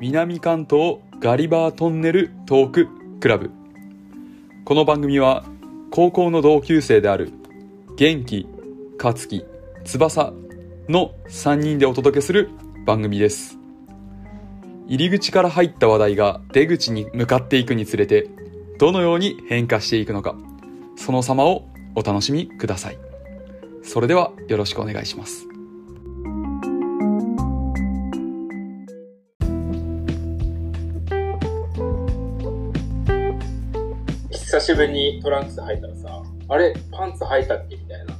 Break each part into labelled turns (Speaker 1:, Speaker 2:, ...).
Speaker 1: 南関東ガリバートンネルトーククラブこの番組は高校の同級生である元気勝樹翼の3人でお届けする番組です入り口から入った話題が出口に向かっていくにつれてどのように変化していくのかその様をお楽しみくださいそれではよろしくお願いします
Speaker 2: 久しぶりにトランクス履いたらさ、あれパンツ履いたっけみたいな。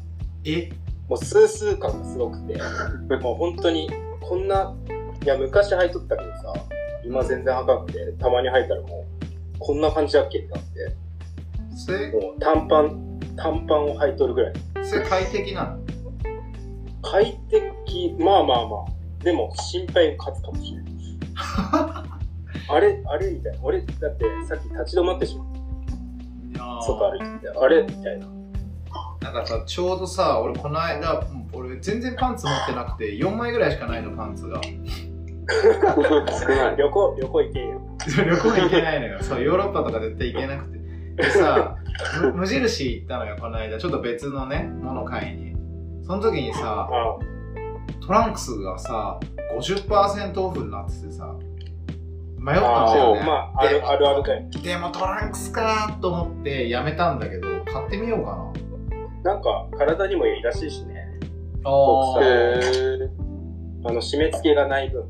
Speaker 3: え
Speaker 2: もうスースー感がすごく て、もう本当に、こんな、いや、昔履いとったけどさ、今全然履かんくて、たまに履いたらもう、こんな感じだっけってなっ
Speaker 3: それ
Speaker 2: て、もう短パン、短パンを履いとるぐらい。
Speaker 3: それ快適なの
Speaker 2: 快適、まあまあまあ。でも、心配勝つかもしれ ない。あれあれみたいな。俺、だってさっき立ち止まってしまっ
Speaker 3: いやー
Speaker 2: た。外歩いてて、あれみたいな。
Speaker 3: なんかさちょうどさ俺この間うん俺全然パンツ持ってなくて4枚ぐらいしかないのパンツが
Speaker 4: ない
Speaker 2: 旅行、旅行行けんやん。
Speaker 3: 旅行行けないのよそうヨーロッパとか絶対行けなくてでさむ無印行ったのよこの間ちょっと別のねもの買いにその時にさ
Speaker 2: あ
Speaker 3: トランクスがさ50%オフになっててさ迷ったんだよ
Speaker 2: あ
Speaker 3: ね、
Speaker 2: まあ、あるあるあるかい。
Speaker 3: でもトランクスかーと思ってやめたんだけど買ってみようか
Speaker 2: なんか体にもいいらしいしね。
Speaker 3: なあ
Speaker 2: ー
Speaker 3: ー
Speaker 4: へー
Speaker 2: あの締め付けがない分。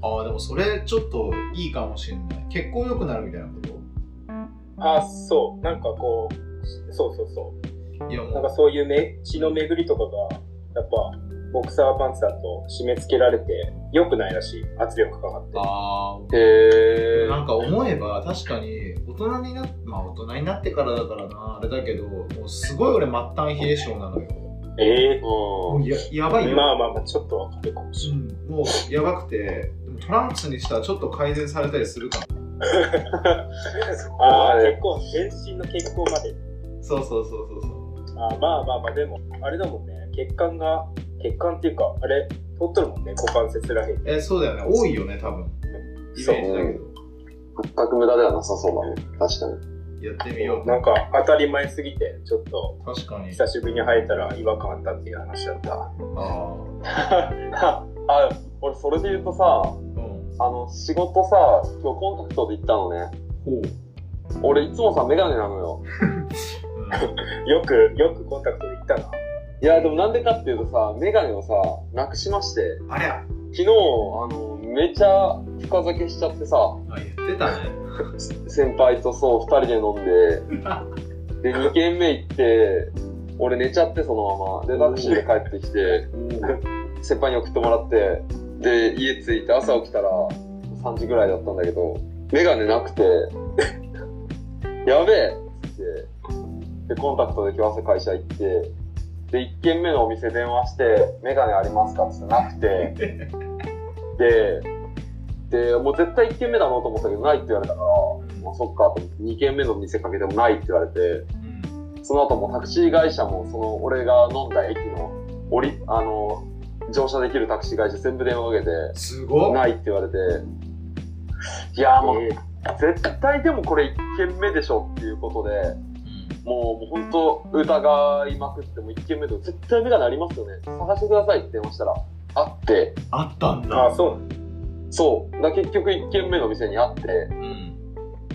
Speaker 3: あーでもそれちょっといいかもしれない結婚良くなるみたいなこ
Speaker 2: あ、そう。なんかこう、そうそうそ
Speaker 3: といや
Speaker 2: う。な
Speaker 3: も
Speaker 2: ん
Speaker 3: う
Speaker 2: かそういうめ血の巡りとかが、やっぱボクサーパンツだと締め付けられて良くないらしい。圧力かかって。
Speaker 3: あー
Speaker 4: へ
Speaker 3: な
Speaker 4: ー
Speaker 3: んか思えば確かに大人になっまあ大人になってからだからなあれだけどもうすごい俺末端冷え性なのよ
Speaker 2: ええ
Speaker 3: も
Speaker 4: う
Speaker 3: うややばいよ、
Speaker 2: まあまあまあ、ちょっとわかるかもし
Speaker 3: う
Speaker 2: れない。
Speaker 3: ん、もうやばくてでもトランクスにしたらちょっと改善されたりするかも
Speaker 2: ああ、
Speaker 4: はい
Speaker 2: 結構、全身の血行まで。
Speaker 3: そうそうそうそうそう
Speaker 2: あーまあまあまあ、でも、あれだもんね。血管が、血管っていうか、あれ、取っとるもんね。股関節らへん。
Speaker 3: えそうだよね多いよね多分イメージだけど
Speaker 4: ん全く無駄ではなさそうだね確かに
Speaker 3: やってみよう
Speaker 2: なんか当たり前すぎて、ちょっと
Speaker 3: 確かに
Speaker 2: 久しぶりに生えたら違和感あったっていう話だった。
Speaker 3: あ
Speaker 4: あ あ俺それで言うとさ
Speaker 3: ーうん
Speaker 4: あの仕事さ今日コンタクトで行ったのね
Speaker 3: ほう、
Speaker 4: 俺いつもさメガネなのよ
Speaker 3: うん
Speaker 2: よく、よくコンタクトで行ったな。
Speaker 4: いやでもなんでかっていうとさメガネをさなくしまして
Speaker 3: あれあ
Speaker 4: 昨日あのめちゃ深酒しちゃってさ
Speaker 3: 言ってたね
Speaker 4: 先輩とそう2人で飲んでで2軒目行って俺寝ちゃってそのままでタクシーで帰ってきて先輩に送ってもらってで家着いて朝起きたら3時ぐらいだったんだけど眼鏡なくて やべえっつってでコンタクトで今日朝会社行ってで1軒目のお店電話して「眼鏡ありますか?」っつってなくてででもう絶対1軒目だろうと思ったけどないって言われたから、まあ、そっかと思って2軒目の店かけてもないって言われて
Speaker 3: うん
Speaker 4: その後もタクシー会社も、その俺が飲んだ駅の降り、あの、乗車できるタクシー会社全部電話かけて、
Speaker 3: すごっ
Speaker 4: ないって言われて、いやーもう、絶対でもこれ1軒目でしょっていうことで、もう、もう本当疑いまくって、もう1軒目でも絶対目がなりますよね。探してくださいって電話したら、あって、
Speaker 3: あったん
Speaker 2: あ
Speaker 3: だ
Speaker 2: あ、そうね。
Speaker 4: そう。だ結局1軒目の店にあって、
Speaker 3: うん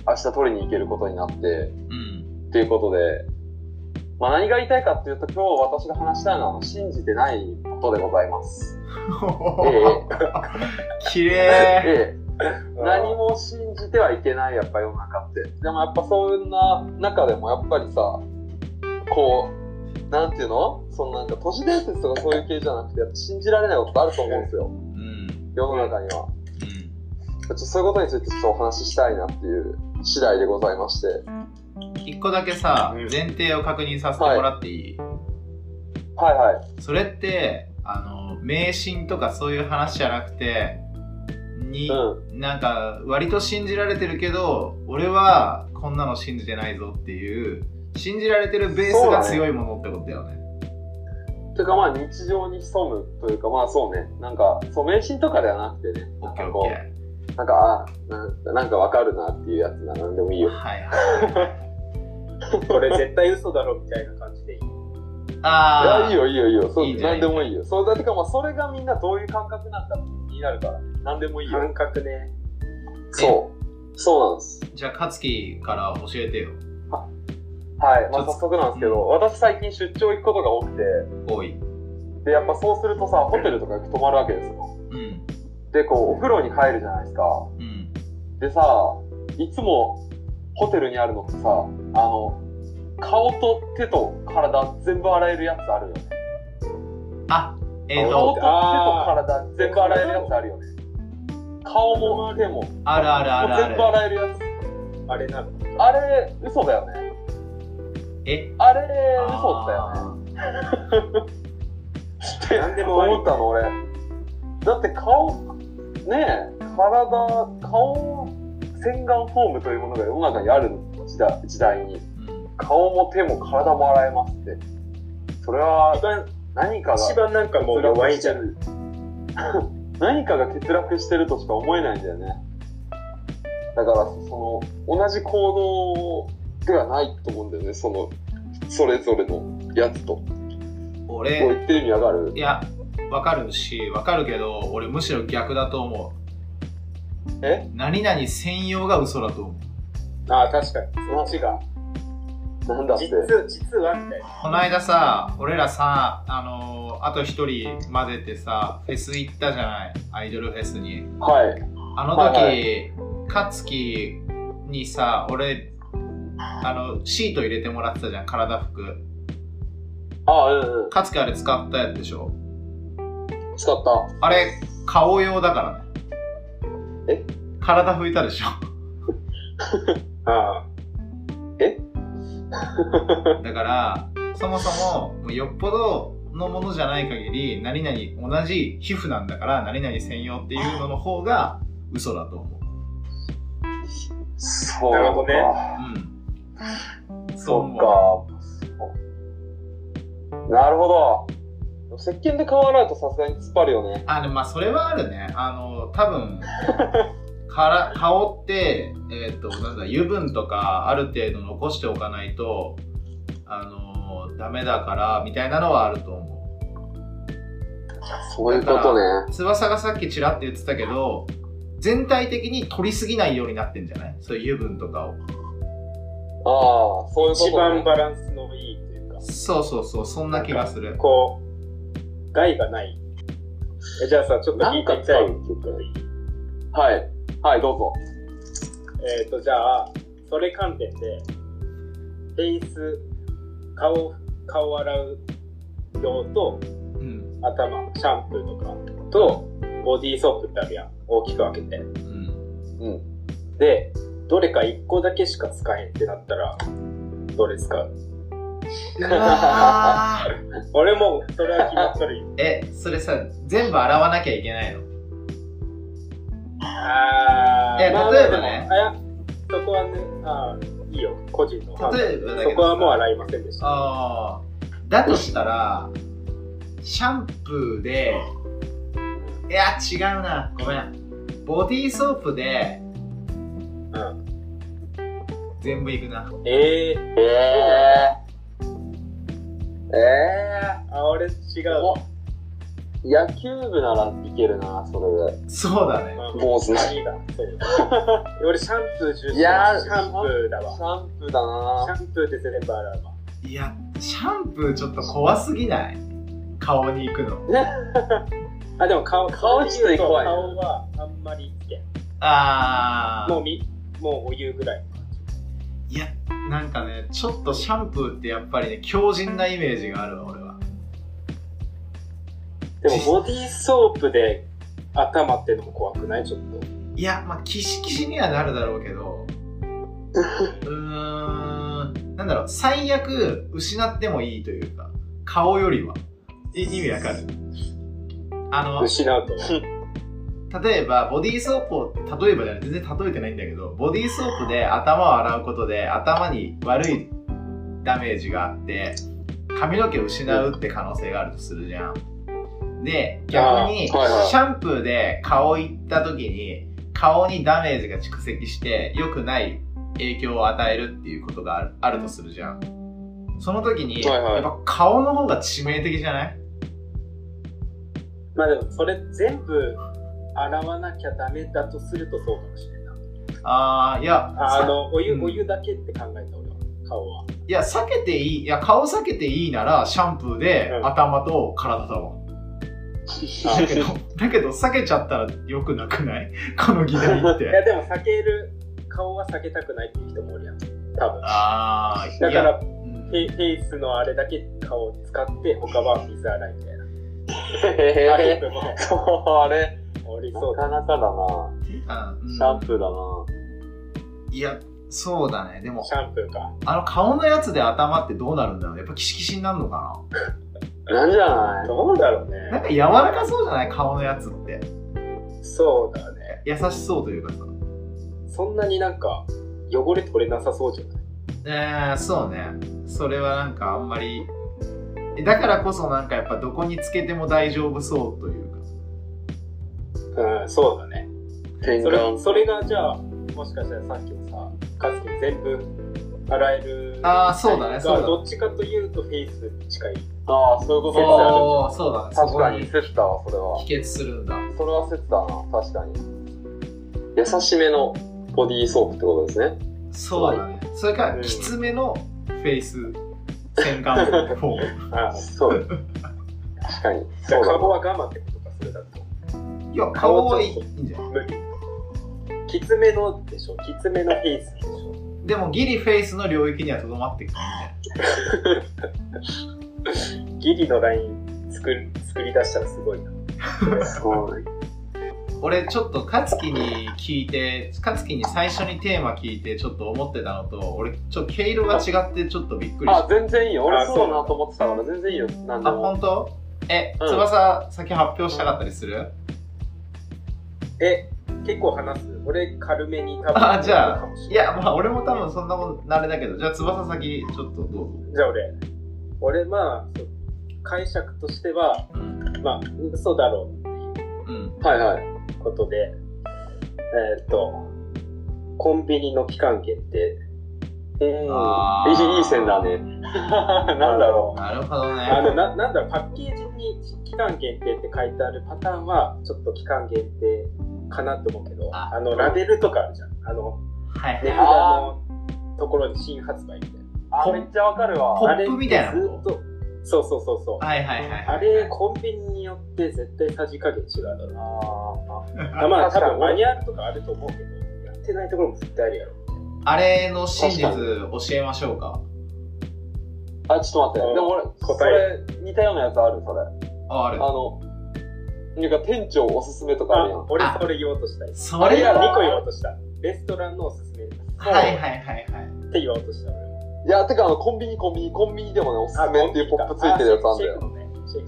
Speaker 4: 明日取りに行けることになって、
Speaker 3: うん
Speaker 4: っていうことで、まあ、何が言いたいかっていうと、今日私が話したいのは、あの信じてないことでございます。え
Speaker 3: 綺
Speaker 4: え、
Speaker 3: 麗
Speaker 4: ええ、何も信じてはいけない、やっぱ世の中って。でもやっぱそんな中でも、やっぱりさ、こう、なんていうのそのなんか都市伝説とかそういう系じゃなくて、やっぱ信じられないことってあると思うんですよ
Speaker 3: う、ん
Speaker 4: 世の中には。
Speaker 3: うん
Speaker 4: ちょっとそういうことについてちょっとお話ししたいなっていう次第でございまして。
Speaker 3: 一個だけさ
Speaker 2: うん
Speaker 3: 前提を確認させてもらっていい、
Speaker 4: はいはい。
Speaker 3: それってあの迷信とかそういう話じゃなくてに、
Speaker 4: う
Speaker 3: なんか割と信じられてるけど俺はこんなの信じてないぞっていう信じられてるベースが強いものってことだよね
Speaker 4: というかまあ日常に潜むというかまあそうね、なんか、そう迷信とかではなくてね、
Speaker 3: オッ
Speaker 4: なん
Speaker 3: ケ
Speaker 4: か
Speaker 3: ー
Speaker 4: こ
Speaker 3: オッ
Speaker 4: う
Speaker 3: ケー
Speaker 4: なんか、あななんかわかるなっていうやつな、なんでもいいよ。
Speaker 3: はいはいはい。
Speaker 2: これ絶対嘘だろみたいな感じでいい。
Speaker 4: い
Speaker 3: あ
Speaker 4: や
Speaker 3: あ。
Speaker 4: いいよいいよいいよ、そう
Speaker 3: いいね
Speaker 4: なんでもいいよ。そうだってか、まあ、それがみんなどういう感覚なんだって気になるから、なんでもいいよ。
Speaker 2: 感覚ね。
Speaker 4: そう。そうなんです。
Speaker 3: じゃあ、勝樹から教えてよ。
Speaker 4: はい。ま
Speaker 3: ちょ
Speaker 4: あ、
Speaker 3: っと
Speaker 4: 早速なんですけど、私最近出張行くことが多くて、
Speaker 3: おい。
Speaker 4: で、やっぱそうするとさ、ホテルとかよく泊まるわけですよ。
Speaker 3: うん。
Speaker 4: で、こう、お風呂に入るじゃないですか。
Speaker 3: うん。
Speaker 4: でさ、いつもホテルにあるのってさ、あの、顔と手と体全部洗えるやつあるよね。
Speaker 3: あ、えっ、
Speaker 4: 顔
Speaker 3: と、
Speaker 4: と手と体全部洗えるやつあるよね。顔も手も。
Speaker 3: あるあるあるあ
Speaker 4: 全部
Speaker 3: る。
Speaker 4: 洗えるやつ。
Speaker 2: あれなの。
Speaker 4: あれ、嘘だよね。
Speaker 3: え
Speaker 4: あれ、嘘だよね。
Speaker 3: ね。
Speaker 2: 何でもあり
Speaker 4: 思ったの俺。だって顔、ねえ、体、顔、洗顔フォームというものが世の中にある時代時代に、
Speaker 3: うん
Speaker 4: 顔も手も体も洗えますって。それは
Speaker 2: 一、番、
Speaker 4: 何かが
Speaker 2: 一番なんかもう弱いじゃん。
Speaker 4: る。何かが欠落してるとしか思えないんだよね。だから、その、同じ行動ではないと思うんだよね、その、それぞれのやつと。こう
Speaker 3: 俺、
Speaker 4: 言ってる意味わかる
Speaker 3: いや、わかるし、わかるけど、俺むしろ逆だと思
Speaker 4: え
Speaker 3: う。何々専用が嘘だと思う。
Speaker 2: ああ、確かに。そっちが。
Speaker 4: なんだって。
Speaker 2: 実、実はみたいな。
Speaker 3: この間さ、俺らさ、あのーあと一人混ぜてさ、フェス行ったじゃない。アイドルフェスに。
Speaker 4: はい。
Speaker 3: あの
Speaker 4: は
Speaker 3: 時、勝樹にさ、俺、あの、シート入れてもらってたじゃん、体服。
Speaker 4: ああ、うん
Speaker 3: 勝樹あれ使ったやつでしょ。
Speaker 4: うん。使った。
Speaker 3: あれ、顔用だからね。
Speaker 4: え
Speaker 3: 体拭いたでしょ。
Speaker 2: あ
Speaker 3: だから、そもそも、もうよっぽどのものじゃない限り、何々、同じ皮膚なんだから、何々専用っていうのの方が嘘だと思う。
Speaker 4: そう
Speaker 2: なるほど
Speaker 4: ね。
Speaker 3: うん。そう
Speaker 4: そ
Speaker 3: 思
Speaker 4: っか。なるほど。石鹸で顔洗うとさすがに突っ張るよね。
Speaker 3: あ、でもまあそれはあるね。あの、多分 から顔って、えっ、と、なんだ、油分とかある程度残しておかないと、あの、ダメだから、みたいなのはあると思
Speaker 4: そういうことね。
Speaker 3: う。翼がさっきちらって言ってたけど、全体的に取りすぎないようになってんじゃないそういう油分とかを。
Speaker 4: ああ、そう
Speaker 2: あ。
Speaker 4: い
Speaker 2: 一番
Speaker 4: うこと、ね。
Speaker 2: バランスのいいというか、
Speaker 3: そうそうそう、そんな気がする。
Speaker 2: こう、害がない。えじゃあさ、ちょっと
Speaker 4: な
Speaker 2: 聞
Speaker 4: ん
Speaker 2: いて
Speaker 4: か
Speaker 2: み
Speaker 4: 使
Speaker 2: た
Speaker 4: う
Speaker 2: い。
Speaker 4: はい。はい、どうぞ。
Speaker 2: えっ、と、じゃあ、それ関連で、フェイス、顔、顔洗う用と、
Speaker 3: うん。
Speaker 2: 頭、シャンプーとか、と、ボディーソープってあるやん。大きく分けて。
Speaker 3: うん。
Speaker 4: うん。
Speaker 2: で、どれか一個だけしか使えんってなったら、どれ使う
Speaker 3: うわー
Speaker 2: 俺も、それは決まっとるよ。
Speaker 3: え、それさ、全部洗わなきゃいけないの
Speaker 2: あ
Speaker 3: いや
Speaker 2: まあ
Speaker 3: 例えばね
Speaker 2: あ、いや、そこはね、あーいいよ。個人の判断。
Speaker 3: 例えばだけどさ
Speaker 2: そこはもう洗いませんでした。
Speaker 3: ああだとしたらシャンプーでいや違うなごめんボディーソープで
Speaker 2: うん。
Speaker 3: 全部いくな
Speaker 2: ええー、
Speaker 4: ええー。え
Speaker 2: あ、俺違
Speaker 4: えー。
Speaker 2: うわ。
Speaker 4: お野球部ならいけるな、それで。
Speaker 3: そうだね
Speaker 2: まあ
Speaker 4: 坊主な
Speaker 2: あいいなそう俺シャンプー重視
Speaker 4: いやー
Speaker 2: シャンプーだわ。
Speaker 4: シャンプーだな。
Speaker 2: シャンプーで全部洗うわ。
Speaker 3: いやシャンプーちょっと怖すぎない顔に行くの
Speaker 2: あ、でも顔、
Speaker 4: 顔ちょっと怖いな
Speaker 2: 顔はあんまりいけん。
Speaker 3: あ
Speaker 2: もう
Speaker 3: あ
Speaker 2: み、もうお湯ぐらいの感じ。
Speaker 3: いやなんかねちょっとシャンプーってやっぱりね強靭なイメージがあるわ俺は
Speaker 2: でもボディーソープで頭ってのも怖くないちょっと。
Speaker 3: いやまあキシキシにはなるだろうけ どうーんなんだろう最悪失ってもいいというか顔よりはい意味わかるあの
Speaker 2: 失うと。
Speaker 3: 例えばボディーソープを例えばじゃない全然例えてないんだけどボディーソープで頭を洗うことで頭に悪いダメージがあって髪の毛を失うって可能性があるとするじゃんで逆にシ
Speaker 4: あーはいはい
Speaker 3: ャンプーで顔いった時に顔にダメージが蓄積して良くない影響を与えるっていうことがあるあるとするじゃんその時に、
Speaker 4: はいはい
Speaker 3: やっぱ顔の方が致命的じゃない
Speaker 2: まあでも、それ全部洗わなきゃダメだとするとそうかもしれない。
Speaker 3: あーいや
Speaker 2: ああ
Speaker 3: さ
Speaker 2: の、お湯、
Speaker 3: うん
Speaker 2: お湯だけって考えた俺は、顔は。
Speaker 3: いや避けていいいや顔避けていいならシャンプーで
Speaker 2: うん
Speaker 3: 頭と体だわ、だ けどだけど避けちゃったら良くなくない この議 題っ
Speaker 2: いや、
Speaker 3: て
Speaker 2: でも避ける、顔は避けたくないっていう人もおるやん。多分。
Speaker 3: ああ
Speaker 2: だから、
Speaker 3: うん
Speaker 2: フェフェイスのあれだけ顔を使って、他は水洗いみたいな。あれ
Speaker 4: へ
Speaker 2: でも、
Speaker 4: ーあれ、
Speaker 2: おり
Speaker 4: な
Speaker 2: そうだ。
Speaker 4: かなかだな。
Speaker 3: あうん
Speaker 4: シャンプーだな。
Speaker 3: いやそうだねでも
Speaker 2: シャンプーか。
Speaker 3: あの顔のやつで頭ってどうなるんだろうやっぱキシキシになるのか
Speaker 4: なんじゃない
Speaker 2: どうだろう
Speaker 3: ななん
Speaker 2: ね。
Speaker 3: か柔らかそうじゃない顔のやつって
Speaker 2: そうだね。
Speaker 3: 優しそうというかさ
Speaker 2: そんなになんか、汚れ取れなさそうじゃない
Speaker 3: えー、そうねそれはなんかあんまりえだからこそなんかやっぱどこにつけても大丈夫そうというか
Speaker 2: うん、そうだね。
Speaker 4: 天
Speaker 2: それ
Speaker 4: 眼。
Speaker 2: それがじゃあ、もしかしたらさっきのさ、カスキ全部洗える。
Speaker 3: あーそうだねそうだね
Speaker 2: どっちかというとフェイスに近い。
Speaker 4: ああ、そういうこ
Speaker 2: そうだね
Speaker 3: ー
Speaker 4: と
Speaker 3: そうだね
Speaker 4: か。確かに、セスだわ、それは。
Speaker 3: 帰結するんだ
Speaker 4: それはセスだな、確かに。優しめのボディーソープってことですね。
Speaker 3: そうだねそれからきつめのフェイス洗 顔フォーム
Speaker 2: あー
Speaker 4: そう。確かに。
Speaker 2: じゃ
Speaker 4: そ
Speaker 2: あ、
Speaker 4: うだ
Speaker 2: 顔
Speaker 4: な。
Speaker 2: は我慢ってことか、それだと。
Speaker 3: いや顔はいいいいんじゃない
Speaker 2: 無理。きつめのでしょ、きつめのフェイスでしょ。
Speaker 3: でもギリフェイスの領域にはとどまってくるんじゃない
Speaker 2: ギリのライン作る作り出したらすごいな。
Speaker 4: そう
Speaker 3: 俺ちょっと勝樹に聞いて勝樹に最初にテーマ聞いてちょっと思ってたのと俺ちょっと毛色が違ってちょっとびっくりし
Speaker 4: あ、
Speaker 3: た
Speaker 4: 全然いいよ。俺
Speaker 2: あ
Speaker 4: そうだなと思ってたから、全然いいよ。なんで
Speaker 3: あ
Speaker 4: も。
Speaker 3: 本当え、
Speaker 4: うん
Speaker 3: 翼先発表したかったりする
Speaker 2: え、結構話す俺、軽めに多分。
Speaker 3: あじゃ
Speaker 2: か
Speaker 3: あ
Speaker 2: もし
Speaker 3: い
Speaker 2: れな
Speaker 3: やまあ俺も多分そんなもんあれだけどじゃあ翼先ちょっとどうぞ、
Speaker 2: じゃあ俺、俺、まあ、そう解釈としては、
Speaker 3: うん
Speaker 2: まあ、嘘だろう
Speaker 3: うん、
Speaker 4: はいはい。
Speaker 2: ってことで、えーっと、コンビニの期間限定。
Speaker 3: あ
Speaker 4: うん。
Speaker 3: ー
Speaker 4: いい、いい線 だね。なんだろ
Speaker 3: なるほどね
Speaker 2: あの、な、なんだろう、パッケージに期間限定って書いてあるパターンは、ちょっと期間限定かなと思うけど、
Speaker 3: あ
Speaker 2: あの、ラベルとかあるじゃん。あの、
Speaker 3: はいはい
Speaker 2: 値札のところに新発売みたいな。
Speaker 4: う。あ、めっちゃわかるわ。
Speaker 3: ポ
Speaker 2: あ
Speaker 3: ッ
Speaker 2: れ
Speaker 3: プみたいな
Speaker 2: ず
Speaker 3: こ
Speaker 2: っとそうそうそうそう。
Speaker 3: はいはいはい
Speaker 2: あれ、コンビニによって絶対さじ加減違うだろうな。
Speaker 4: あ
Speaker 2: まあ、多
Speaker 4: 確か
Speaker 2: 分
Speaker 4: に
Speaker 2: マニュアルとかあると思うけど、やってないところも絶対あるやろ。
Speaker 3: あれの真実教えましょうか
Speaker 4: あ、ちょっと待っ
Speaker 2: う
Speaker 4: て。
Speaker 2: ん
Speaker 4: でも俺、そ
Speaker 2: 答
Speaker 4: れ、似たようなやつある、それ。
Speaker 3: ああ
Speaker 4: あ
Speaker 3: る
Speaker 4: の、なんか店長おすすめとかあるや
Speaker 2: あ
Speaker 4: ん。、
Speaker 2: 俺
Speaker 3: あ
Speaker 2: それ言おうとしたい。
Speaker 3: そ
Speaker 2: い
Speaker 3: れ
Speaker 2: や、
Speaker 3: は
Speaker 2: 2個言おうとした。レストランのおすすめです
Speaker 4: そう
Speaker 3: はいはいはいはい
Speaker 2: って言おうとした俺も。
Speaker 4: いや、てかあの、コンビニ、コンビニ、コンビニでもね、おす
Speaker 2: あ
Speaker 4: すめっていうポップついてるやつあんだよ。そう。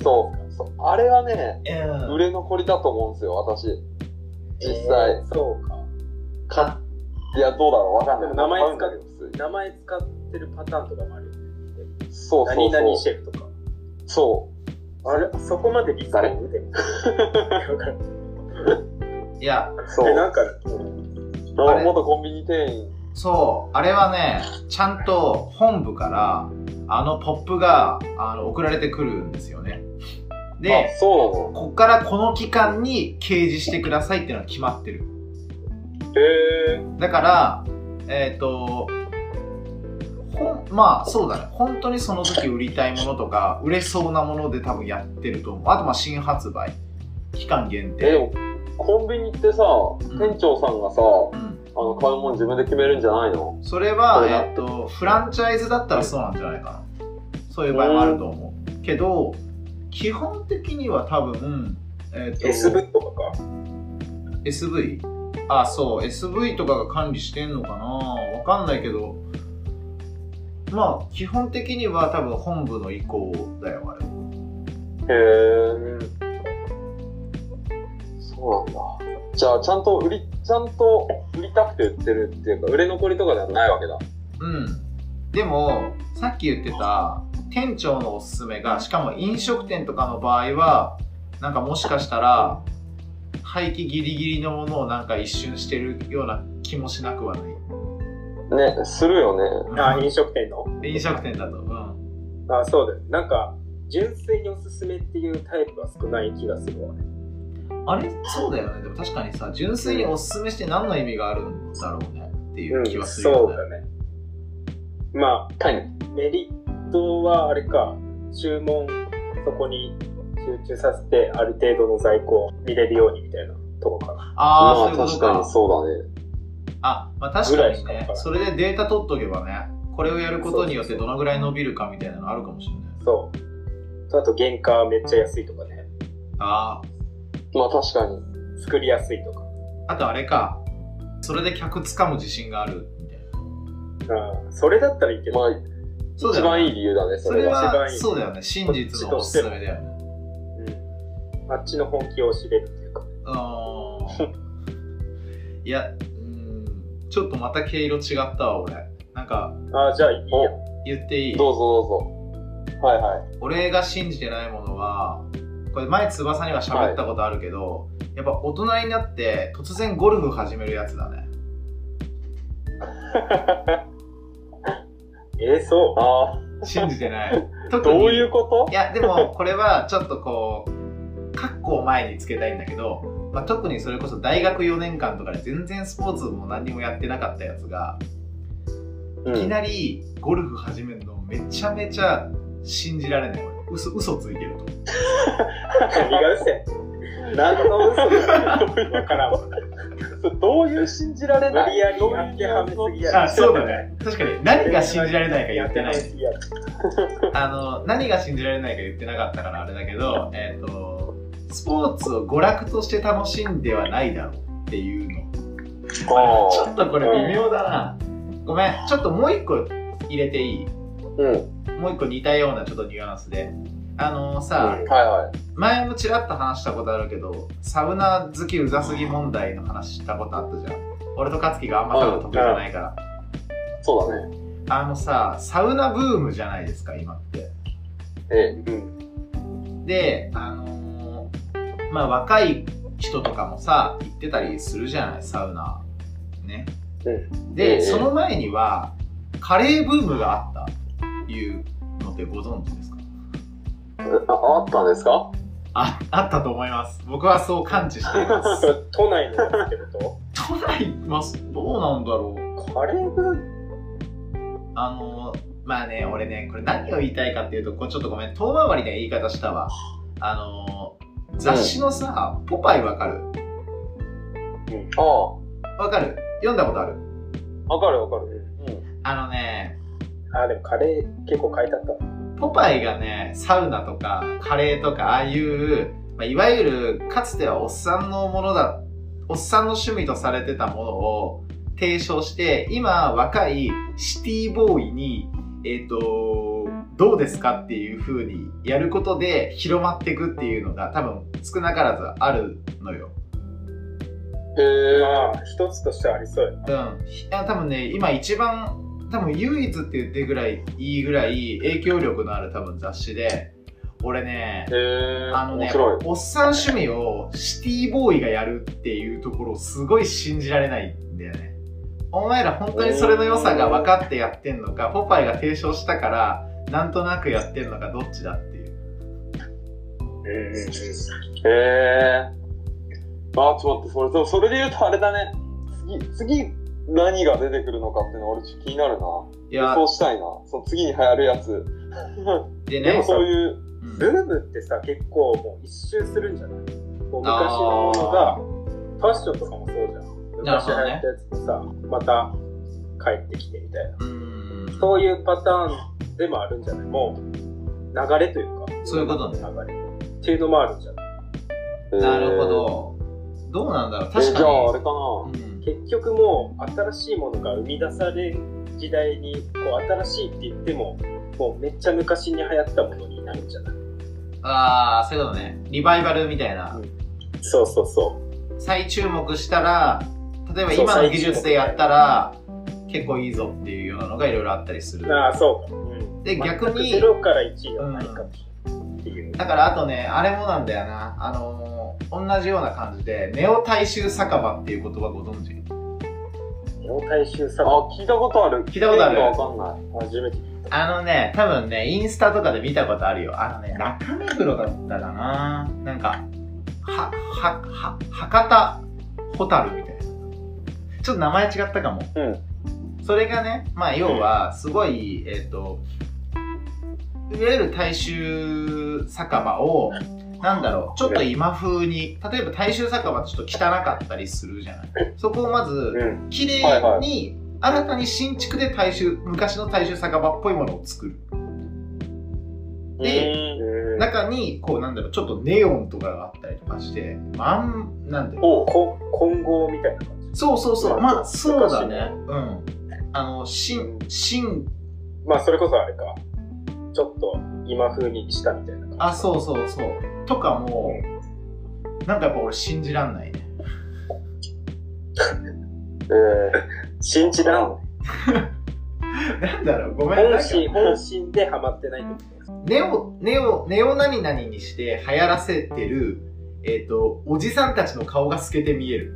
Speaker 4: そうあれはね、
Speaker 3: うん
Speaker 4: 売れ残りだと思うんですよ、私。実
Speaker 2: 際
Speaker 4: 際。
Speaker 2: そうか。
Speaker 4: 買っいや、どうだろう、わかん
Speaker 2: で
Speaker 4: ない。
Speaker 2: も名前
Speaker 4: 買うんだけど普通に
Speaker 2: 名前使ってるパターンとかもあるよね。
Speaker 4: そうそうそう。
Speaker 2: 何々シェフとか。
Speaker 4: そう。
Speaker 2: あれそこまで理解で きないわかる
Speaker 3: いや
Speaker 4: そう。
Speaker 2: えなんか、
Speaker 3: あれ
Speaker 4: 元コンビニ店員。
Speaker 3: そうあれはねちゃんと本部からあのポップがあの送られてくるんですよね
Speaker 4: あ
Speaker 3: で、
Speaker 4: そう
Speaker 3: こっからこの期間に掲示してくださいっていうのは決まってる
Speaker 4: なのへえ。
Speaker 3: だからえっ、とほんまあそうだね本当にその時売りたいものとか売れそうなもので多分やってると思うあとまあ新発売期間限
Speaker 4: え、で
Speaker 3: 定
Speaker 4: も、コンビニってさ、
Speaker 3: ん
Speaker 4: 店長さんがさ、
Speaker 3: うん
Speaker 4: あの、買うもん自分で決めるんじゃないの
Speaker 3: それは
Speaker 4: そうだ
Speaker 3: えっとフランチャイズだったらそうなんじゃないかなそういう場合もあると思うけど基本的には多分えっと
Speaker 2: S ブとかか。
Speaker 3: SV? あ、そう、SV とかが管理してんのかなわかんないけど、まあ、基本的には多分本部の意向だよ、あれ。
Speaker 4: へえ。そうなんだ。じゃあ、ちゃんと売り、ちゃんと売りたくて売ってるっていうか、売れ残りとかではないわけだ。
Speaker 3: うん。でも、さっき言ってた、店長のおすすめが、しかも飲食店とかの場合は、なんかもしかしたら、廃棄ギリギリのものをなんか一瞬してるような気もしなくはない。
Speaker 4: ね、するよね。
Speaker 2: あ、飲食店の
Speaker 3: 飲食店だと。うん。
Speaker 2: あ、そうだよ。なんか、純粋におすすめっていうタイプは少ない気がするわね。
Speaker 3: あれそうだよね。でも確かにさ、純粋におすすめして何の意味があるんだろうねっていう気はする
Speaker 2: そ
Speaker 3: よ
Speaker 2: う
Speaker 3: ね。
Speaker 2: だね。ま
Speaker 4: 確か
Speaker 2: あ、メリットはあれか、注文、そこに集中させて、ある程度の在庫を見れるようにみたいなとこかな。
Speaker 3: ああ、そういう
Speaker 4: まあ
Speaker 3: こと
Speaker 4: 確かに
Speaker 3: か。
Speaker 4: そうだね。
Speaker 3: あ、まあ確かに
Speaker 2: ぐらいし
Speaker 3: ね
Speaker 2: か。
Speaker 3: それでデータ取っとけばね、これをやることによってどのぐらい伸びるかみたいなのあるかもしれない。
Speaker 2: そう。あと、原価めっちゃ安いとかね。
Speaker 3: あ
Speaker 4: まあ確かに。
Speaker 2: 作りやすいとか。
Speaker 3: あ。あとあれか。それで客掴む自信があるみたいな。
Speaker 2: うん。それだったらいいけど。
Speaker 4: まあ、
Speaker 3: そうだ
Speaker 4: 一
Speaker 3: よ
Speaker 4: 番
Speaker 3: ね。
Speaker 4: いい理由だね、そ
Speaker 3: そ
Speaker 4: れ
Speaker 3: れ
Speaker 4: は。
Speaker 2: 一
Speaker 3: は
Speaker 2: 番いい
Speaker 3: そうだよね。真実のおすすめだよね。
Speaker 2: あっちの本気を知れるっていうか。
Speaker 3: あーいや、うーん、ちょっとまた毛色違ったわ、俺。なんか、
Speaker 2: ああ、じゃあいいや。
Speaker 3: 言っていい
Speaker 4: どうぞどうぞ。はいはい。
Speaker 3: 俺が信じてないものは、これ前翼には喋ったことあるけど、やっぱ大人になって突然ゴルフ始めるやつだね。
Speaker 2: ええそう。
Speaker 4: あ
Speaker 3: 信じて ない。
Speaker 4: あ、
Speaker 3: 特に
Speaker 4: どういうこ
Speaker 3: いや、でもこれはちょっとこう、カッコを前につけたいんだけど、まあ、特にそれこそ大学4年間とかで全然スポーツも何にもやってなかったやつが、いき
Speaker 4: とうん。
Speaker 3: なりゴルフ始めるのめちゃめちゃ信じられない俺嘘嘘ついてると思う
Speaker 2: 何が嘘やねん何の嘘だよ。わからんわ。
Speaker 4: どういう信じられない
Speaker 2: 無理やり当てはめすぎや
Speaker 3: あそうだね確かに何が信じられないか言ってない
Speaker 2: いや。
Speaker 3: あの何が信じられないか言ってなかったからあれだけどえっ、とスポーツを娯楽として楽しんではないだろうっていうの
Speaker 4: あ
Speaker 3: ちょ
Speaker 4: あ
Speaker 3: っとこれ微妙だなごめんちょっともう一個入れていい
Speaker 4: うん。
Speaker 3: もう一個似たようなちょっとニュアンスであのさ、
Speaker 4: はいは
Speaker 3: 前もちらっと話したことあるけどサウナ好きうざすぎ問題の話したことあったじゃん俺と勝樹があんまサウナ得意じゃないから、
Speaker 4: い。そうだね。
Speaker 3: あのさサウナブームじゃないですか今って
Speaker 4: ええ。うん。
Speaker 3: であのーまあ若い人とかもさ行ってたりするじゃないサウナね、
Speaker 4: え
Speaker 3: で
Speaker 4: え
Speaker 3: その前にはカレーブームがあったっていうのってご存知ですか
Speaker 4: ああったんですか
Speaker 3: ああったと思います僕はそう感知しています
Speaker 2: 都内のやつってこ
Speaker 3: 都内ますどうなんだろう
Speaker 2: とカレーブーム
Speaker 3: あのまあね俺ねこれ何を言いたいかっていうとこれちょっとごめん遠回りな言い方したわあの雑誌のさ「ポパイ」わかる
Speaker 4: ああ。わ
Speaker 3: わかる読んだことある
Speaker 4: かるわかる。うん。
Speaker 3: あのね
Speaker 2: あ、でもカレー結構書いてあったな。
Speaker 3: ポパイがねサウナとかカレーとかああいう、まあ、いわゆるかつてはおっさんのものだおっさんの趣味とされてたものを提唱して今若いシティボーイにえっ、とどうですかっていう風にやることで広まっていくっていうのが多分少なからずあるのよ。
Speaker 4: へえ。
Speaker 2: まあ、一つとしてはありそうやな。
Speaker 3: うん、いや多分ね今一番多分唯一って言ってぐらいいいぐらい影響力のある多分雑誌で俺ね
Speaker 4: へえ。
Speaker 3: あの
Speaker 4: 面
Speaker 3: ね
Speaker 4: 白い。
Speaker 3: おっさん趣味をシティボーイがやるっていうところをすごい信じられないんだよねお前ら本当にそれの良さが分かってやってんのかポパイが提唱したからなんとなくやってんのかどっちだっていう
Speaker 2: うんうん
Speaker 4: へえ。あ、ちょっと待って、それ、でもそれで言うとあれだね。次、次、何が出てくるのかっていうの俺ちょっと気になるな。
Speaker 3: い
Speaker 4: 予
Speaker 3: や
Speaker 4: 想したいな。その次に流行るやつ。
Speaker 3: で
Speaker 4: で
Speaker 3: ね
Speaker 4: もそういう、
Speaker 3: うん
Speaker 2: ブームってさ、結構もう一周するんじゃないもう昔のものが、ファッションとかもそうじゃん。
Speaker 3: なる
Speaker 2: 昔
Speaker 3: ほ
Speaker 2: 流
Speaker 3: どね
Speaker 2: 行ったやつもさ、また帰ってきてみたいな。
Speaker 3: うん
Speaker 2: そういうパターンでもあるんじゃないもう、流れというか。
Speaker 3: そういうことね
Speaker 2: 流れ。っていうのもあるんじゃない
Speaker 3: なるほどどうなんだろう
Speaker 4: えー。
Speaker 3: 確
Speaker 4: えじゃああ
Speaker 3: か
Speaker 4: れかな。
Speaker 3: に、うん
Speaker 2: 結局もう新しいものが生み出される時代にこう新しいって言ってももうめっちゃ昔に流行ったものになるんじゃない
Speaker 3: ああそういうことねリバイバルみたいな、
Speaker 2: そうそうそう
Speaker 3: 再注目したら例えば
Speaker 2: そう
Speaker 3: 今の技術でやったら結構いいぞっていうようなのがいろいろあったりする
Speaker 2: あ
Speaker 3: だ
Speaker 2: あそうか、うん、
Speaker 3: で逆に
Speaker 2: ゼロから1位はないかもしれないっていう、
Speaker 3: からあとねあれもなんだよなあのー同じような感じで、ネオ大衆酒場っていう言葉ご存知
Speaker 2: ネオ大衆
Speaker 4: あ
Speaker 2: サバ、
Speaker 4: 聞いたことある。
Speaker 3: 聞いたことある
Speaker 4: 意味がわかんない。
Speaker 2: 初めて。
Speaker 3: あのね、多分ね、インスタとかで見たことあるよ。あのね、中目黒だったかななんか、は、は、は、博多ホタルみたいな。ちょっと名前違ったかも。
Speaker 4: うん
Speaker 3: それがね、まあ要は、すごい、えっ、と、いわゆる大衆酒場を、なんだろう、ちょっと今風に、例えば大衆酒場ってちょっと汚かったりするじゃない。そこをまず、
Speaker 4: うん。
Speaker 3: 綺麗に、
Speaker 4: はいは
Speaker 3: 新たに新築で大衆昔の大衆酒場っぽいものを作るで
Speaker 4: うん
Speaker 2: うん。
Speaker 3: 中にこうなんだろうちょっとネオンとかがあったりとかしてまんなんだろう
Speaker 4: おう
Speaker 2: こ混合みたいな感じ。
Speaker 3: そうそうそう
Speaker 2: まあ
Speaker 3: まあそうだね
Speaker 2: 昔
Speaker 3: うんあの新新
Speaker 2: まあ、それこそあれか。ちょっと今風にしたみたいな感じ。
Speaker 3: あそうそうそうとかもなんかやっぱ俺信じらんないね
Speaker 4: え
Speaker 2: 信じらんわ。
Speaker 3: なんだろうごめんな
Speaker 2: 本
Speaker 3: さい
Speaker 2: 心、本心でハマってないってことです。
Speaker 3: ネオネオネオ何々にして流行らせてるえっ、とおじさんたちの顔が透けて見える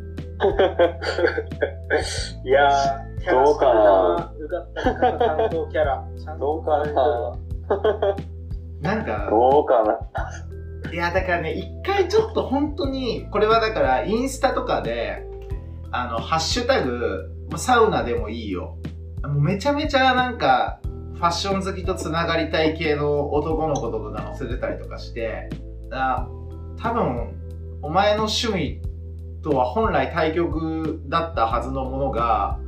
Speaker 2: いやー、キャラ
Speaker 4: どうかな
Speaker 2: うがったな担当キャラ。ちゃんと
Speaker 4: どう かな
Speaker 3: なんか
Speaker 4: ー、どうかない
Speaker 3: やだからね一回ちょっと本当にこれはだからインスタとかであのハッシュタグまあサウナでもいいよもうめちゃめちゃなんかファッション好きとつながりたい系の男の子とかが載せてたりとかしてあ多分お前の趣味とは本来対極だったはずのものが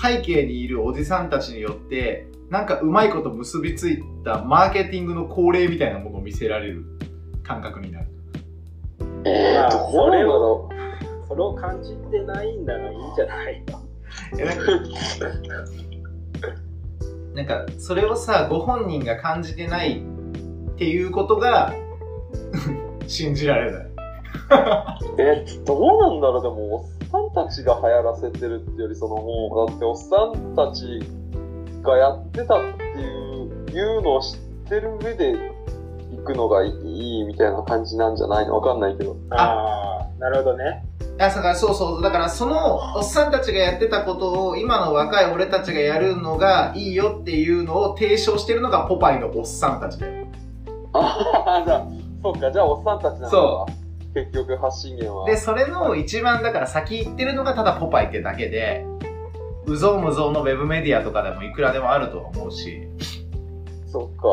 Speaker 3: 背景にいるおじさんたちによってなんかうまいこと結びついたマーケティングの恒例みたいなものを見せられる感覚になる
Speaker 4: え
Speaker 2: まあ
Speaker 4: ー、どうなんだろう
Speaker 2: それを感じてないんならいいんじゃないか。
Speaker 3: えなんかなんかそれをさご本人が感じてないっていうことが 信じられない
Speaker 4: えー、どうなんだろうでも、おっさんたちが流行らせてるってより、そのもう、だっておっさんたちがやってたっていう、いうのを知ってる上で、行くのがいいみたいな感じなんじゃないのわかんないけど。
Speaker 2: ああ、なるほどね。
Speaker 3: あだからそうそうだからそのおっさんたちがやってたことを今の若い俺たちがやるのがいいよっていうのを提唱してるのがポパイのおっさんたちだよ
Speaker 4: ああ、じゃあ、そうか、じゃあおっさんたちなんだ。
Speaker 3: そ
Speaker 4: 結局発信源は。
Speaker 3: でそれの一番だから先行ってるのがただポパイってだけでうぞうむぞうのウェブメディアとかでもいくらでもあるとは思うし
Speaker 4: そっか。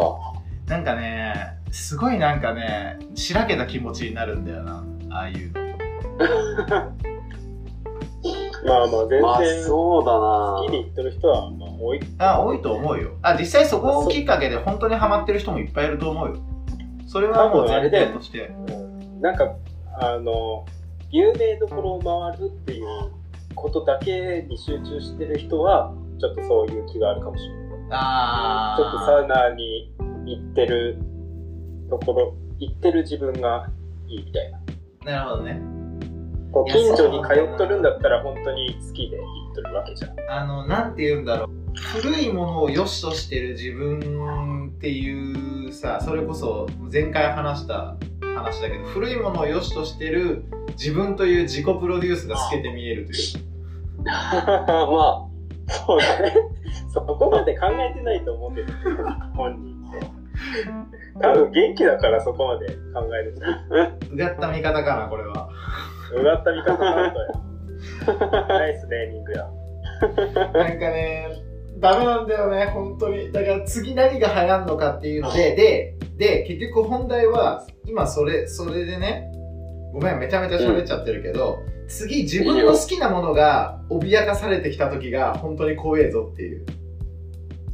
Speaker 3: なんかね、すごいなんかね、しらけた気持ちになるんだよな、ああいうの。
Speaker 2: まあまあ、全
Speaker 4: まあ、
Speaker 2: 然、好
Speaker 4: そうだな
Speaker 2: きに言ってる人は、まあ、多い。
Speaker 3: あ、多いと思うよ。あ、実際そこをきっかけで本当にハマってる人もいっぱいいると思うよ。それはもう前提として。
Speaker 2: うんなんか、あの、有名どころを回るっていうことだけに集中してる人は、ちょっとそういう気があるかもしれない。
Speaker 3: あ
Speaker 2: ちょっとサウナに行ってるところ、行ってる自分がいいみたいな。
Speaker 3: なるほどね。
Speaker 2: こう
Speaker 3: いや
Speaker 2: 近所に
Speaker 3: そう
Speaker 2: 通っとるんだったら本当に好きで行っとるわけじゃん。
Speaker 3: あの、なんて言うんだろう。古いものを良しとしてる自分っていうさ、それこそ前回話した話だけど、古いものを良しとしてる自分という自己プロデュースが透けて見えるという。
Speaker 4: まあ、そうだね。
Speaker 2: そこまで考えてないと思うけど、本人って。多分元気だからそこまで考えるじゃん。
Speaker 3: うがった見方かな、これは。
Speaker 2: うがった見方なんだよ。ナイスネーミングや。
Speaker 3: なんかね、ダメなんだよね、本当に。だから次何が流行るのかっていうので、で、で、結局本題は、今それ、それでね、ごめん、めちゃめちゃ喋っちゃってるけど、次自分の好きなものが脅かされてきた時が本当に怖えぞっていう。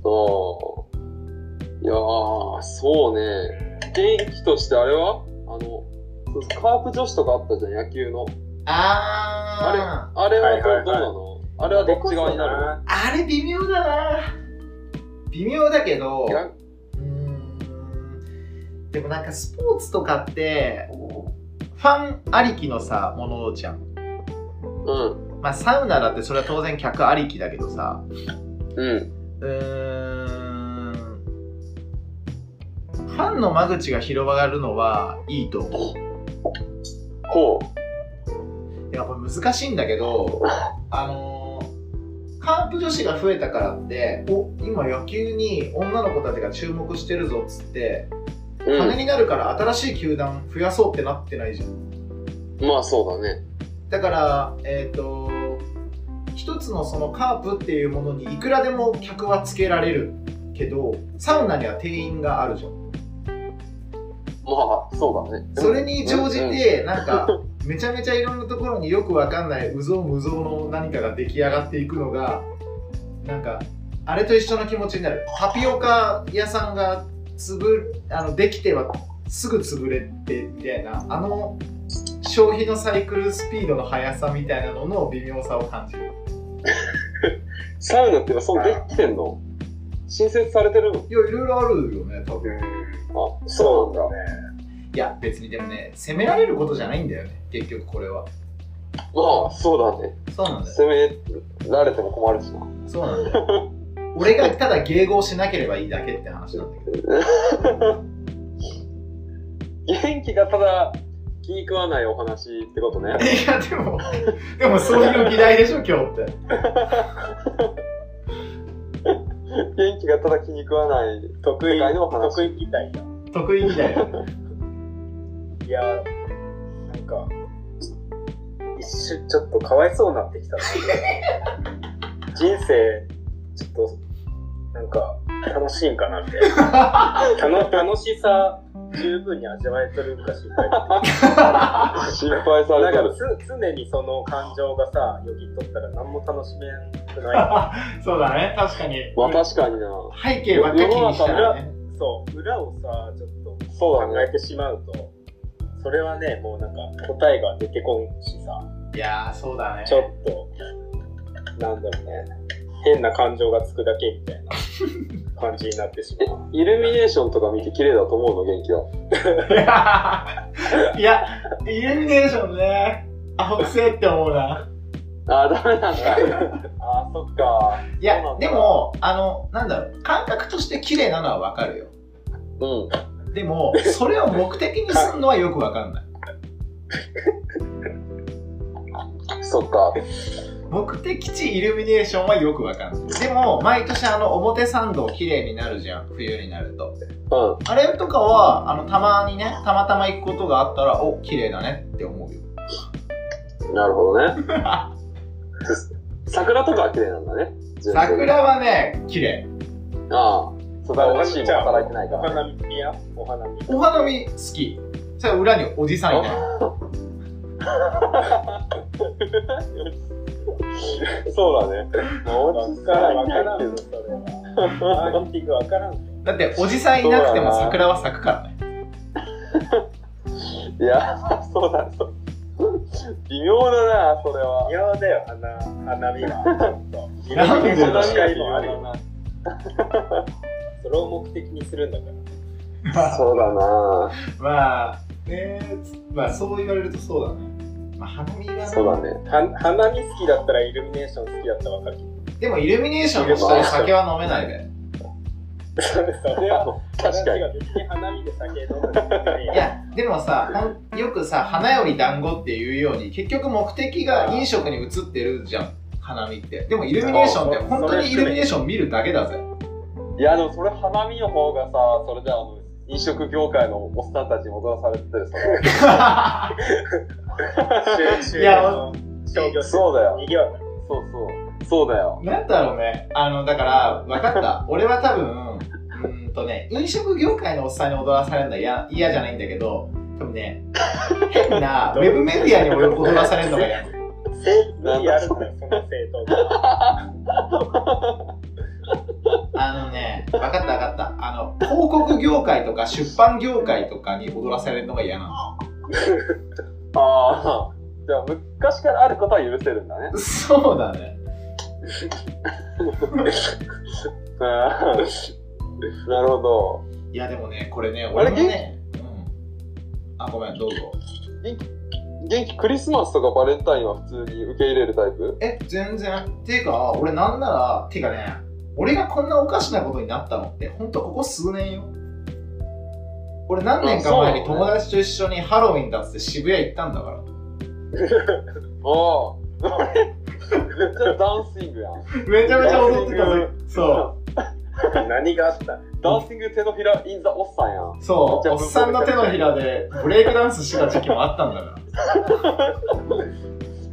Speaker 4: そう。いやー、そうね。元気としてあれはあの、そうカープ女子とかあったじゃん、野球の。
Speaker 3: あ
Speaker 4: あれはど,、
Speaker 2: はいはいはい
Speaker 4: どうなのあれはどっち側になる
Speaker 2: る
Speaker 3: ーあれ微妙だな微妙だけど、
Speaker 4: や
Speaker 3: うーんでもなんかスポーツとかって、ファンありきのさ、ものじゃん。
Speaker 4: うん。
Speaker 3: まあサウナだってそれは当然客ありきだけどさ
Speaker 4: うん。
Speaker 3: うーんファンの間口が広がるのはいいと思う
Speaker 4: ほ
Speaker 3: いやこれ難しいんだけどあのーカープ女子が増えたからってお今野球に女の子たちが注目してるぞっつって
Speaker 4: う。う
Speaker 3: 金になるから新しい球団増やそうってなってないじゃん
Speaker 4: ん。まあそうだね。
Speaker 3: だからえっ、と一つのそのカープっていうものにいくらでも客はつけられるけどサウナには定員があるじゃん
Speaker 4: まあそうだね。でも
Speaker 3: それに乗じて、なんか、めちゃめちゃいろんなところによくわかんない、うぞうむぞうの何かが出来上がっていくのが、なんか、あれと一緒の気持ちになる。タピオカ屋さんが、つぶ、あの、できてはすぐ潰れて、みたいな、あの、消費のサイクルスピードの速さみたいなのの微妙さを感じる。
Speaker 4: サウナっていうのはそのできてんの新設されてるの
Speaker 3: いや、いろいろあるよね、多分。
Speaker 4: あ、そうなんだ。
Speaker 3: いや、別にでもね、責められることじゃないんだよね、結局これは。
Speaker 4: まあそうだね。
Speaker 3: そうなんだよ。
Speaker 4: 攻められても困るしな。
Speaker 3: そうなんだよ。 俺がただ迎合しなければいいだけって話なんだけど。
Speaker 4: 元気がただ気に食わないお話ってことね。
Speaker 3: いや、でも、でもそういう議題でしょ、今日って。
Speaker 4: 元気がただ気に食わない
Speaker 2: 得
Speaker 4: 世
Speaker 2: 意、
Speaker 4: 界のお話。
Speaker 2: 得意みたいな。
Speaker 3: 得意議題だよ。
Speaker 2: いやー、なんか、一瞬ちょっとかわいそうになってきたな。人生、ちょっと、なんか、楽しいんかなみたいな。たの楽しさ、十分に味わえてるんか心 配だ
Speaker 4: 心配さ
Speaker 2: な
Speaker 4: れて
Speaker 2: んか
Speaker 4: る。
Speaker 2: つ常にその感情がさ、よぎっとったら何も楽しめなくない。
Speaker 3: そうだね、確かに。
Speaker 4: まあ確かにな。
Speaker 3: 背景ばっか気にしたらね。
Speaker 2: そう、裏をさ、ちょっと
Speaker 4: そう
Speaker 2: 考
Speaker 4: だ
Speaker 2: え
Speaker 4: ね。
Speaker 2: てしまうと、それはね、もうなんか答えが出てこんしさ。
Speaker 3: いやー、そうだね。
Speaker 2: ちょっと、なんだろうね、変な感情がつくだけみたいな感じになってしまう。
Speaker 4: イルミネーションとか見て綺麗だと思うの、元気は。
Speaker 3: いや、イルミネーションね。あ、くせえって思うな。
Speaker 4: あー、ダメなんだ。あー、そっか。
Speaker 3: いや、でも、あの、なんだろう、感覚として綺麗なのはわかるよ。
Speaker 4: うん。
Speaker 3: でも、それを目的にすんのはよくわかんない。
Speaker 4: そっか。
Speaker 3: 目的地イルミネーションはよくわかんない。でも、毎年あの、表参道綺麗になるじゃん、冬になると。
Speaker 4: うん。
Speaker 3: あれとかは、あの、たまにね、たまたま行くことがあったら、お、綺麗だねって思うよ。
Speaker 4: なるほどね。 桜とかは綺麗なんだね。純粋に
Speaker 3: 桜はね、綺麗。
Speaker 4: ああ。そう だ、おかしいも
Speaker 2: じゃあ
Speaker 4: 働いてないか
Speaker 2: お
Speaker 4: ら、ね。
Speaker 2: 花見やお花見。
Speaker 3: お花見好き。それ裏におじさんいない。
Speaker 4: そうだね。おじ
Speaker 2: わか
Speaker 4: さ
Speaker 2: らん、わ
Speaker 4: んわ
Speaker 2: から
Speaker 4: か
Speaker 2: ん
Speaker 4: る
Speaker 2: よ、それは。マーケティングわからん。
Speaker 3: だって、おじさんいなくても桜は咲くからね。
Speaker 4: いや、そうだ、そう。微妙だな、それは。
Speaker 2: 嫌だよ、花、花見は。 ちょっと。
Speaker 3: なんでだよ
Speaker 2: 確かにあるよ
Speaker 4: な。
Speaker 2: それを目的にするんだから。
Speaker 4: そうだな。
Speaker 3: まあ、ねまあ、そう言われるとそうだね。まあ、花見はね
Speaker 4: そうだね。
Speaker 2: は花見好きだったらイルミネーション好きだったらわかるけど。
Speaker 3: でも、イルミネーションの下で酒は飲めないで。
Speaker 2: それそれは、
Speaker 4: 確か
Speaker 2: 話
Speaker 4: に
Speaker 2: が。別に花見で酒飲むのもね
Speaker 3: いや、でもさ、ほんよくさ、花より団子っていうように、結局目的が飲食に移ってるじゃん、花見って。でも、イルミネーションって、本当にイルミネーション見るだけだぜ。
Speaker 4: いや、でもそれ花見の方がさ、それじゃあ、あの、飲食業界のおっさんたちに踊らされてる、そ
Speaker 2: 収
Speaker 3: いや
Speaker 2: の商業
Speaker 4: れ。そうだよ
Speaker 2: に。ぎわか
Speaker 4: そうそう。そうだよ。
Speaker 3: なんだろうね。あの、だから、分かった。俺は多分、うーんとね、飲食業界のおっさんに踊らされるのは嫌嫌じゃないんだけど、多分ね、変な、ウェブメディアに俺踊らされるのが嫌。
Speaker 2: る。やるんだよ、その正当化。
Speaker 3: あのね、分かった分かった。あの、広告業界とか出版業界とかに踊らされるのが嫌な
Speaker 4: ああ。じゃあ、昔からあることは許せるんだね。
Speaker 3: の。そうだね。
Speaker 4: うんなるほど。
Speaker 3: いや、でもね、これね、
Speaker 4: あ
Speaker 3: 俺
Speaker 4: れ
Speaker 3: もね、うん。あ、ごめん、どうぞ。
Speaker 4: 元気クリスマスとかバレンタインは普通に受け入れるタイプ
Speaker 3: え、全然。ていうか、俺なんなら、ていうかね、俺がこんなおかしなことになったのって、ほんとここ数年よ。俺何年か前に友達と一緒にハロウィンだっつって渋谷行ったんだから。
Speaker 4: おーあれめっちゃダンシングやん。
Speaker 3: めちゃめちゃ踊ってたぜ。そ
Speaker 2: 何があった
Speaker 4: ダンシング手のひら、インザおっさんやん。
Speaker 3: う。そう。おっさんの手のひらでブレイクダンスしてた時期もあったんだから。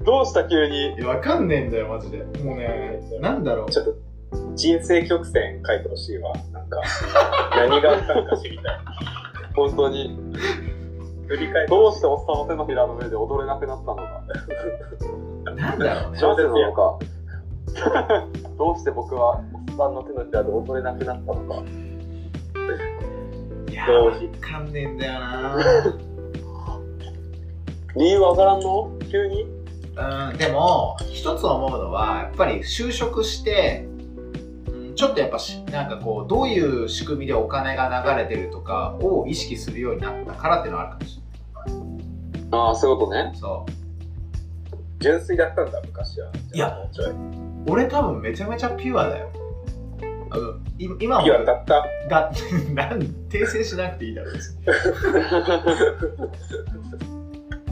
Speaker 4: どうした急に。
Speaker 3: いや、わかんねえんだよ、マジで。もうね、なんだろう。
Speaker 2: ちょっと、人生曲線書いてほしいわ。なんか、何があったのか知りたい。
Speaker 4: 本当に。
Speaker 2: 振り返って、
Speaker 4: どうしておっさんの手のひらの上で踊れなくなったのか。
Speaker 3: なんだろうね。
Speaker 4: なぜなのか。 どうして僕はおっさんの手のひらで踊れなくなったのか。
Speaker 3: いや、
Speaker 2: どう
Speaker 3: わ
Speaker 2: し
Speaker 3: かんねえんだよな
Speaker 4: 理由わからんの急に
Speaker 3: うん、でも一つ思うのはやっぱり就職して、うん、ちょっとやっぱしなんかこうどういう仕組みでお金が流れてるとかを意識するようになったからっていうのはあるかもしれ
Speaker 4: ああ、そういうことね。
Speaker 3: ないそう
Speaker 2: 純粋だったんだ、昔 は。
Speaker 3: いや
Speaker 2: もうちょい。
Speaker 3: 俺多分めちゃめちゃピュアだようんい今も
Speaker 2: ピュアだった。
Speaker 3: だ なん訂正しなくていいだろう別に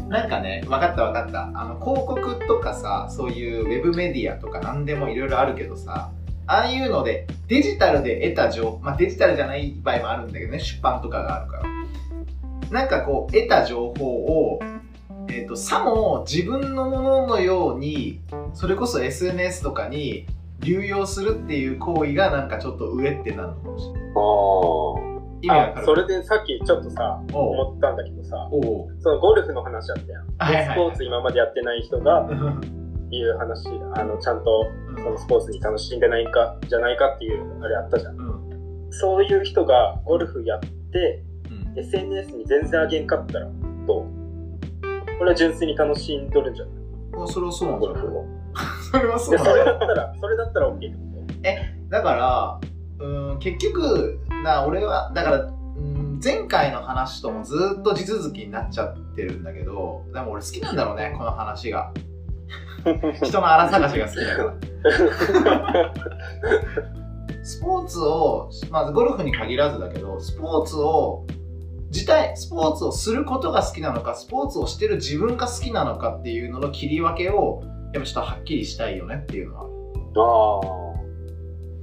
Speaker 3: なんかね分かった分かったあの広告とかさそういうウェブメディアとか何でもいろいろあるけどさああいうのでデジタルで得た情報、まあ、デジタルじゃない場合もあるんだけどね出版とかがあるからなんかこう得た情報を、えー、とさも自分のもののようにそれこそ SNS とかに流用するっていう行為がなんかちょっと上ってなるのかもしれない
Speaker 4: ああ。
Speaker 3: 意味わか
Speaker 2: あ
Speaker 3: る
Speaker 2: それでさっきちょっとさ、
Speaker 3: おう
Speaker 2: 思ったんだけどさ、
Speaker 3: おう
Speaker 2: そのゴルフの話あったやん。
Speaker 3: はいはいはい
Speaker 2: スポーツ今までやってない人が、
Speaker 3: うん
Speaker 2: いう話、あの、ちゃんと、そのスポーツに楽しんでないか、じゃないかっていう、あれあったじゃん。
Speaker 3: うん
Speaker 2: そういう人がゴルフやって、
Speaker 3: うん
Speaker 2: SNS に全然あげんかったら、どうこれは純粋に楽しんどるんじゃない
Speaker 3: あそれはそうなんじ
Speaker 2: ゴ
Speaker 3: ゃ
Speaker 2: ル
Speaker 3: ない
Speaker 2: フを。
Speaker 3: それはそう
Speaker 2: で、
Speaker 3: なん
Speaker 2: そ
Speaker 3: だ
Speaker 2: れだったら、それだったら OK ってこと
Speaker 3: だからうん結局な俺はだからうん前回の話ともずっと地続きになっちゃってるんだけどでも俺好きなんだろうねこの話が人の荒探しが好きだからスポーツをまずゴルフに限らずだけどスポーツを自体スポーツをすることが好きなのかスポーツをしてる自分が好きなのかっていうのの切り分けをやっぱちょっとはっきりしたいよねっていうのは
Speaker 4: ああ。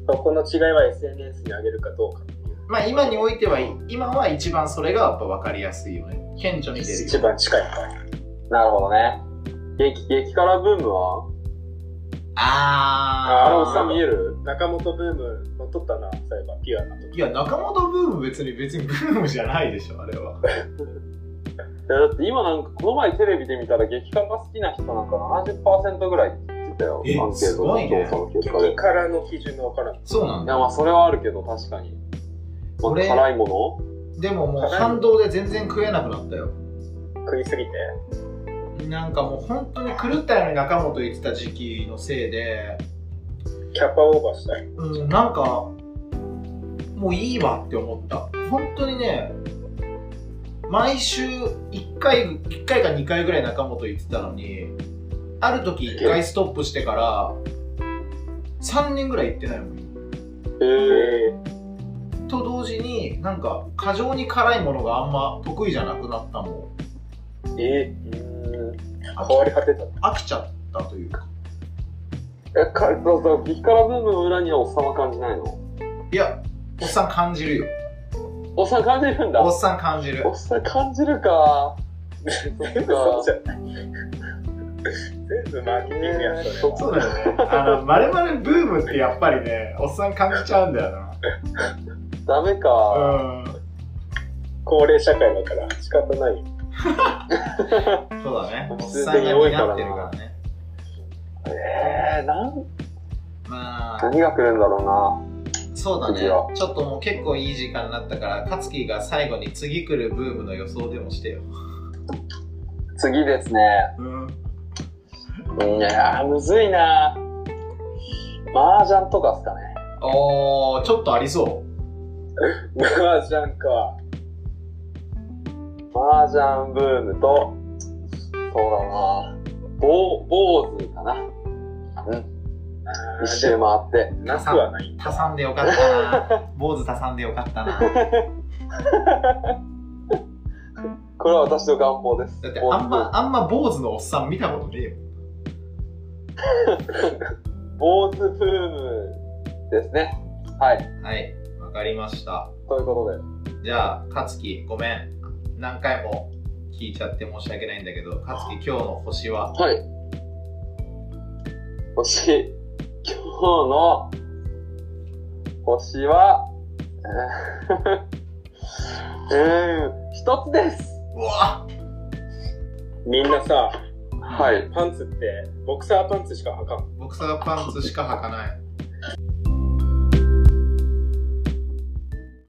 Speaker 2: そこの違いは SNS にあげるかどうかっていう。
Speaker 3: まあ今においてはい今は一番それがやっぱ分かりやすいよね顕著に出る
Speaker 2: 一
Speaker 3: よ
Speaker 2: 番近いか。
Speaker 4: なるほどね。激、激辛ブームは
Speaker 3: あ
Speaker 4: あ
Speaker 2: あ
Speaker 4: れ
Speaker 2: ー
Speaker 4: おっさん見える
Speaker 2: 中本ブーム乗っとったな、そういえば、ピュアな時。
Speaker 3: いや中本ブーム別に別にブームじゃないでしょあれはい
Speaker 4: やだって今なんか、この前テレビで見たら激辛が好きな人なんか70%ぐらいって言ってたよ。アン
Speaker 3: え
Speaker 4: ケー
Speaker 3: す
Speaker 4: トの
Speaker 3: ごいね
Speaker 4: 調査の結果で。い
Speaker 2: 激辛の基準がわからん。
Speaker 3: そうなん
Speaker 4: や、
Speaker 3: だ
Speaker 4: まあそれはあるけど、確かに。まあ
Speaker 3: 俺
Speaker 4: 辛いも
Speaker 3: でももう反動で全然食えなくなったよ
Speaker 2: 食いすぎて。
Speaker 3: なんかもう本当に狂ったように中本言ってた時期のせいで
Speaker 2: キャパオーバーしたい。
Speaker 3: うんなんかもういいわって思った本当にね毎週1回1回か2回ぐらい中本言ってたのにある時1回ストップしてから3年ぐらい行ってないもん
Speaker 4: のええ
Speaker 2: えー、
Speaker 3: と同時になんか過剰に辛いものがあんま得意じゃなくなったもん
Speaker 2: えー、
Speaker 4: うん
Speaker 3: 飽
Speaker 2: 変わり果てた。
Speaker 3: き飽きちゃったというか
Speaker 4: え、か、そうそう、激辛ブームの裏にはおっさんは感じないの
Speaker 3: いやおっさん感じるよ
Speaker 4: おっさん感じるんだ。
Speaker 3: お
Speaker 4: お
Speaker 3: っさん感じる
Speaker 4: っさん感じるか。そっか
Speaker 2: そうじゃない。全部マーケティングやそれは。
Speaker 3: そうだよね。あの、まるまるブームってやっぱりね、おっさん感じちゃうんだよな。
Speaker 4: ダメか。
Speaker 3: う
Speaker 2: 高齢社会だから仕方ない。
Speaker 3: ん。そうだね。おっ
Speaker 4: 普通
Speaker 3: さん
Speaker 4: 的に多
Speaker 3: が
Speaker 4: いか
Speaker 3: 担
Speaker 4: らな
Speaker 3: ってるからね。
Speaker 4: ええなん、
Speaker 3: まあ、
Speaker 4: 何が来るんだろうな。
Speaker 3: そうだね。
Speaker 4: 次は
Speaker 3: ちょっともう結構いい時間になったから、勝樹が最後に次来るブームの予想でもしてよ。
Speaker 4: 次ですね。
Speaker 3: うん。
Speaker 4: いやー、むずいな麻雀とかっすかね。
Speaker 3: おー、ちょっとありそ
Speaker 2: マージャンか。
Speaker 4: 麻雀ブームと、そうだなボー、坊主かな。うん。
Speaker 2: あー
Speaker 4: 一
Speaker 2: で
Speaker 4: 周回って。
Speaker 2: もなくはないう
Speaker 3: 。。足さんでよかったな。坊主足さんでよかったな。
Speaker 4: これは私の願望です。
Speaker 3: だって
Speaker 4: 坊主
Speaker 3: あんま、あんま坊主のおっさん見たことねえよ。
Speaker 4: 坊主ブームですね。はい。
Speaker 3: はい、わかりました。
Speaker 4: ということで。
Speaker 3: じゃあ、かつき、ごめん。何回も聞いちゃって申し訳ないんだけど、かつき、今日の星は
Speaker 4: はい。星、今日の星は、 えーうーん、一つです。
Speaker 3: うわ
Speaker 2: みんなさ、
Speaker 4: はい。
Speaker 2: パンツって、ボクサーパンツしか履かん。
Speaker 3: 僕さがパンツしか履かない。